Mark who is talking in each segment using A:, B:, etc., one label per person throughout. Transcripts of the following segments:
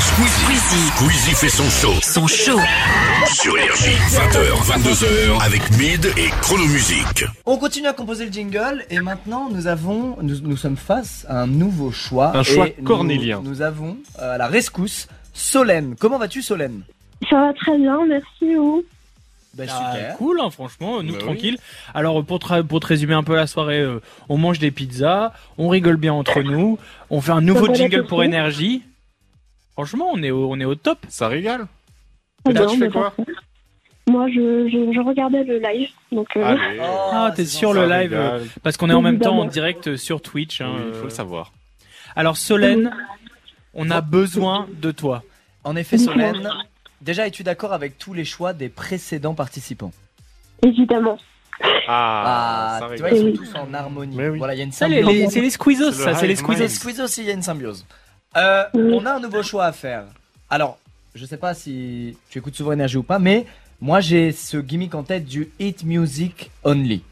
A: Squeezie. Squeezie. fait son show
B: Son show.
A: sur Énergie. 20h, 22h avec Mid et Chronomusique.
C: On continue à composer le jingle et maintenant nous avons, nous, nous sommes face à un nouveau choix.
D: Un
C: Et
D: choix
C: nous-
D: cornélien.
C: Nous, avons euh, à la rescousse Solène. Comment vas-tu Solène
E: Ça va très bien, merci. Où
C: Bah
F: Ah, cool, hein, franchement, nous
D: Bah oui.
F: tranquille. Alors pour, tra- pour te résumer un peu la soirée, euh, on mange des pizzas, on rigole bien entre nous, on fait un nouveau
E: Bah, bah,
F: jingle
E: d'accord.
F: pour énergie. Franchement, on est au, on est au top.
D: Ça régale
E: Ah
D: Et toi,
E: bon,
D: tu fais
E: bah,
D: quoi
E: Moi, je, je, je regardais le live, donc euh,
D: Allez, Oh,
F: Ah, t'es
C: c'est
F: sur
D: ça
F: le live euh,
D: régale.
F: parce qu'on est en même temps en
E: Évidemment.
F: direct euh, sur Twitch. hein,
D: Oui, il faut
F: euh.
D: le savoir.
F: Alors Solène, on a besoin de toi.
C: En effet Solène, déjà es-tu d'accord avec tous les choix des précédents participants
E: évidemment.
D: Ah, ça
C: Bah, tu vois, ils
D: régale.
C: sont
E: Oui.
C: tous en harmonie.
D: Mais oui.
C: Voilà, il y a une
F: Ça, les-
C: symbiose.
F: les- c'est les squeezos,
D: C'est le
F: ça, c'est les
D: hive
C: Squeeze
D: mind.
F: squeezos.
C: squeeze aussi, il y a une symbiose. Euh,
E: Oui.
C: on a un nouveau choix à faire. Alors, je sais pas si tu écoutes souvent Énergie ou pas, mais moi j'ai ce gimmick en tête du hit music only.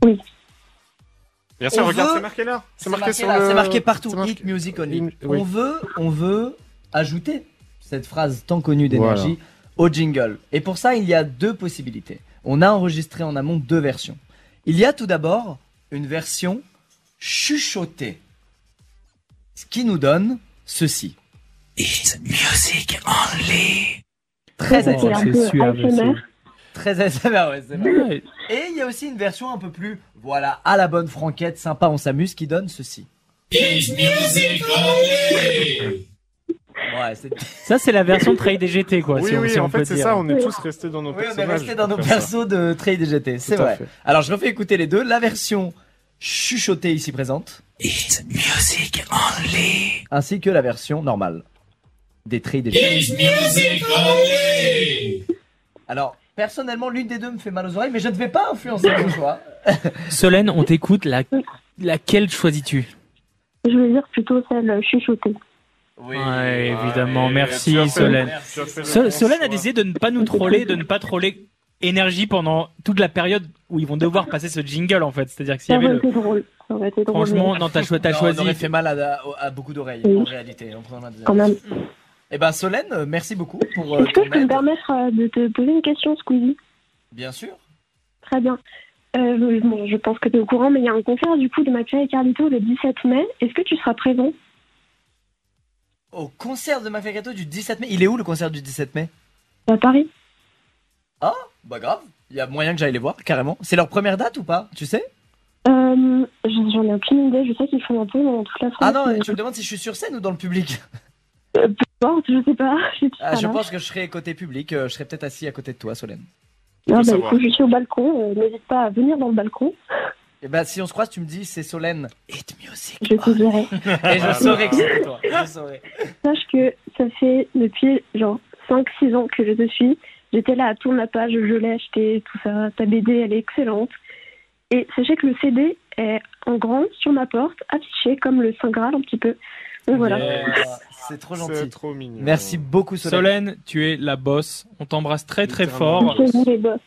D: Bien sûr,
C: On
D: regarde,
C: veut-
D: c'est marqué là. C'est marqué
C: marqué,
D: sur
C: là,
D: le-
C: c'est marqué partout,
D: c'est marqué-
C: hit music only.
D: Oui.
C: On veut, on veut ajouter cette phrase tant connue d'énergie au jingle. Et pour ça, il y a deux possibilités. On a enregistré en amont deux versions. Il y a tout d'abord une version chuchotée, ce qui nous donne ceci.
B: It's music only.
C: Très
F: Oh,
C: ASMR,
E: un peu
F: c'est suave,
E: ASMR.
C: très ASMR, ouais, c'est vrai.
F: c'est-
C: Et il y a aussi une version un peu plus, voilà, à la bonne franquette, sympa, on s'amuse, qui donne ceci. Ouais, c'est...
F: Ça, c'est la version trail DGT, quoi.
D: Oui,
F: si on-
D: oui,
F: si on
D: en
F: peut
D: fait, c'est
F: dire.
D: ça, on est tous restés dans nos
C: Oui, on est resté dans nos
D: personnages.
C: persos de Trade DGT, c'est
D: Tout à
C: vrai.
D: fait.
C: Alors, je refais écouter les deux. La version chuchotée ici présente,
B: It's music only.
C: ainsi que la version normale des Trade DGT. Alors, personnellement, l'une des deux me fait mal aux oreilles, mais je ne vais pas influencer mon choix.
F: Solène, on t'écoute. La... Laquelle choisis-tu
E: Je veux dire plutôt celle chuchotée.
C: Oui.
F: Ouais,
D: Ah,
F: évidemment.
D: mais
F: Merci,
D: tu as fait-
F: Solène.
D: tu as fait le
F: Sol-
D: bon
F: Solène a
D: choix.
F: décidé de ne pas nous troller, de ne pas troller énergie pendant toute la période où ils vont devoir passer ce jingle, en fait. C'est-à-dire que s'il y
E: Ça
F: avait
E: aurait
F: le.
E: été drôle. Ça aurait été drôle.
F: Franchement, non, t'as cho- t'as
C: Non,
F: choisi.
C: On aurait fait mal à, à- à beaucoup d'oreilles,
E: Oui.
C: en réalité. en prenant la
E: mais
C: deuxième.
E: quand même.
C: Eh ben Solène, euh, merci beaucoup pour euh,
E: Est-ce que
C: ton
E: je peux me
C: aide.
E: permettre euh, de te poser une question, Squeezie
C: Bien sûr.
E: Très bien. Euh, bon, je pense que tu es au courant, mais il y a un concert du coup de Mathieu et Carlito le 17 mai. Est-ce que tu seras présent
C: Au concert de Mafia Gato du 17 mai. Il est où le concert du 17 mai
E: à Paris
C: Bah grave. Il y a moyen que j'aille les voir, carrément. C'est leur première date ou pas Tu sais
E: euh, J'en j'en ai aucune idée. Je sais qu'ils font un peu dans toute la France.
C: Ah non,
E: mais-
C: tu me demandes si je suis sur scène ou dans le public
E: Euh, peu importe, je sais pas. Je, sais
C: Ah,
E: pas
C: Je
E: là.
C: pense que je serai côté public. euh, Je serai peut-être assis à côté de toi, Solène.
E: Non,
D: Il faut
E: bah,
D: savoir.
E: écoute, je suis au balcon. euh, N'hésite pas à venir dans le balcon.
C: Et bah si on se croise, tu me dis c'est Solène. Hit music.
E: Je
D: Ah.
E: te dirai.
C: Et je
D: Voilà.
C: saurai que c'est toi. Je saurai.
E: Sache que ça fait depuis genre 5-6 ans que je te suis. J'étais là à tourner la page, je l'ai acheté, tout ça. Ta BD, elle est excellente. Et sachez que le CD est en grand sur ma porte, affiché comme le Saint Graal un petit peu. Donc voilà.
C: Yes. C'est trop
D: C'est
C: gentil.
D: trop mignon.
C: Merci beaucoup, Solène.
F: Solène, tu es la boss. On t'embrasse très très
D: Littéralement.
F: fort.
E: Je vous les boss.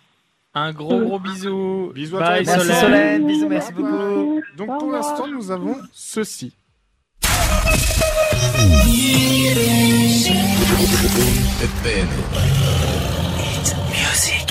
F: Un gros gros bisou.
D: Bisous à toi.
F: Bye
C: Merci,
F: Solène.
C: Solène. Bisous, merci beaucoup.
D: Donc
E: Au
D: pour
E: revoir.
D: l'instant, nous avons ceci.
B: Music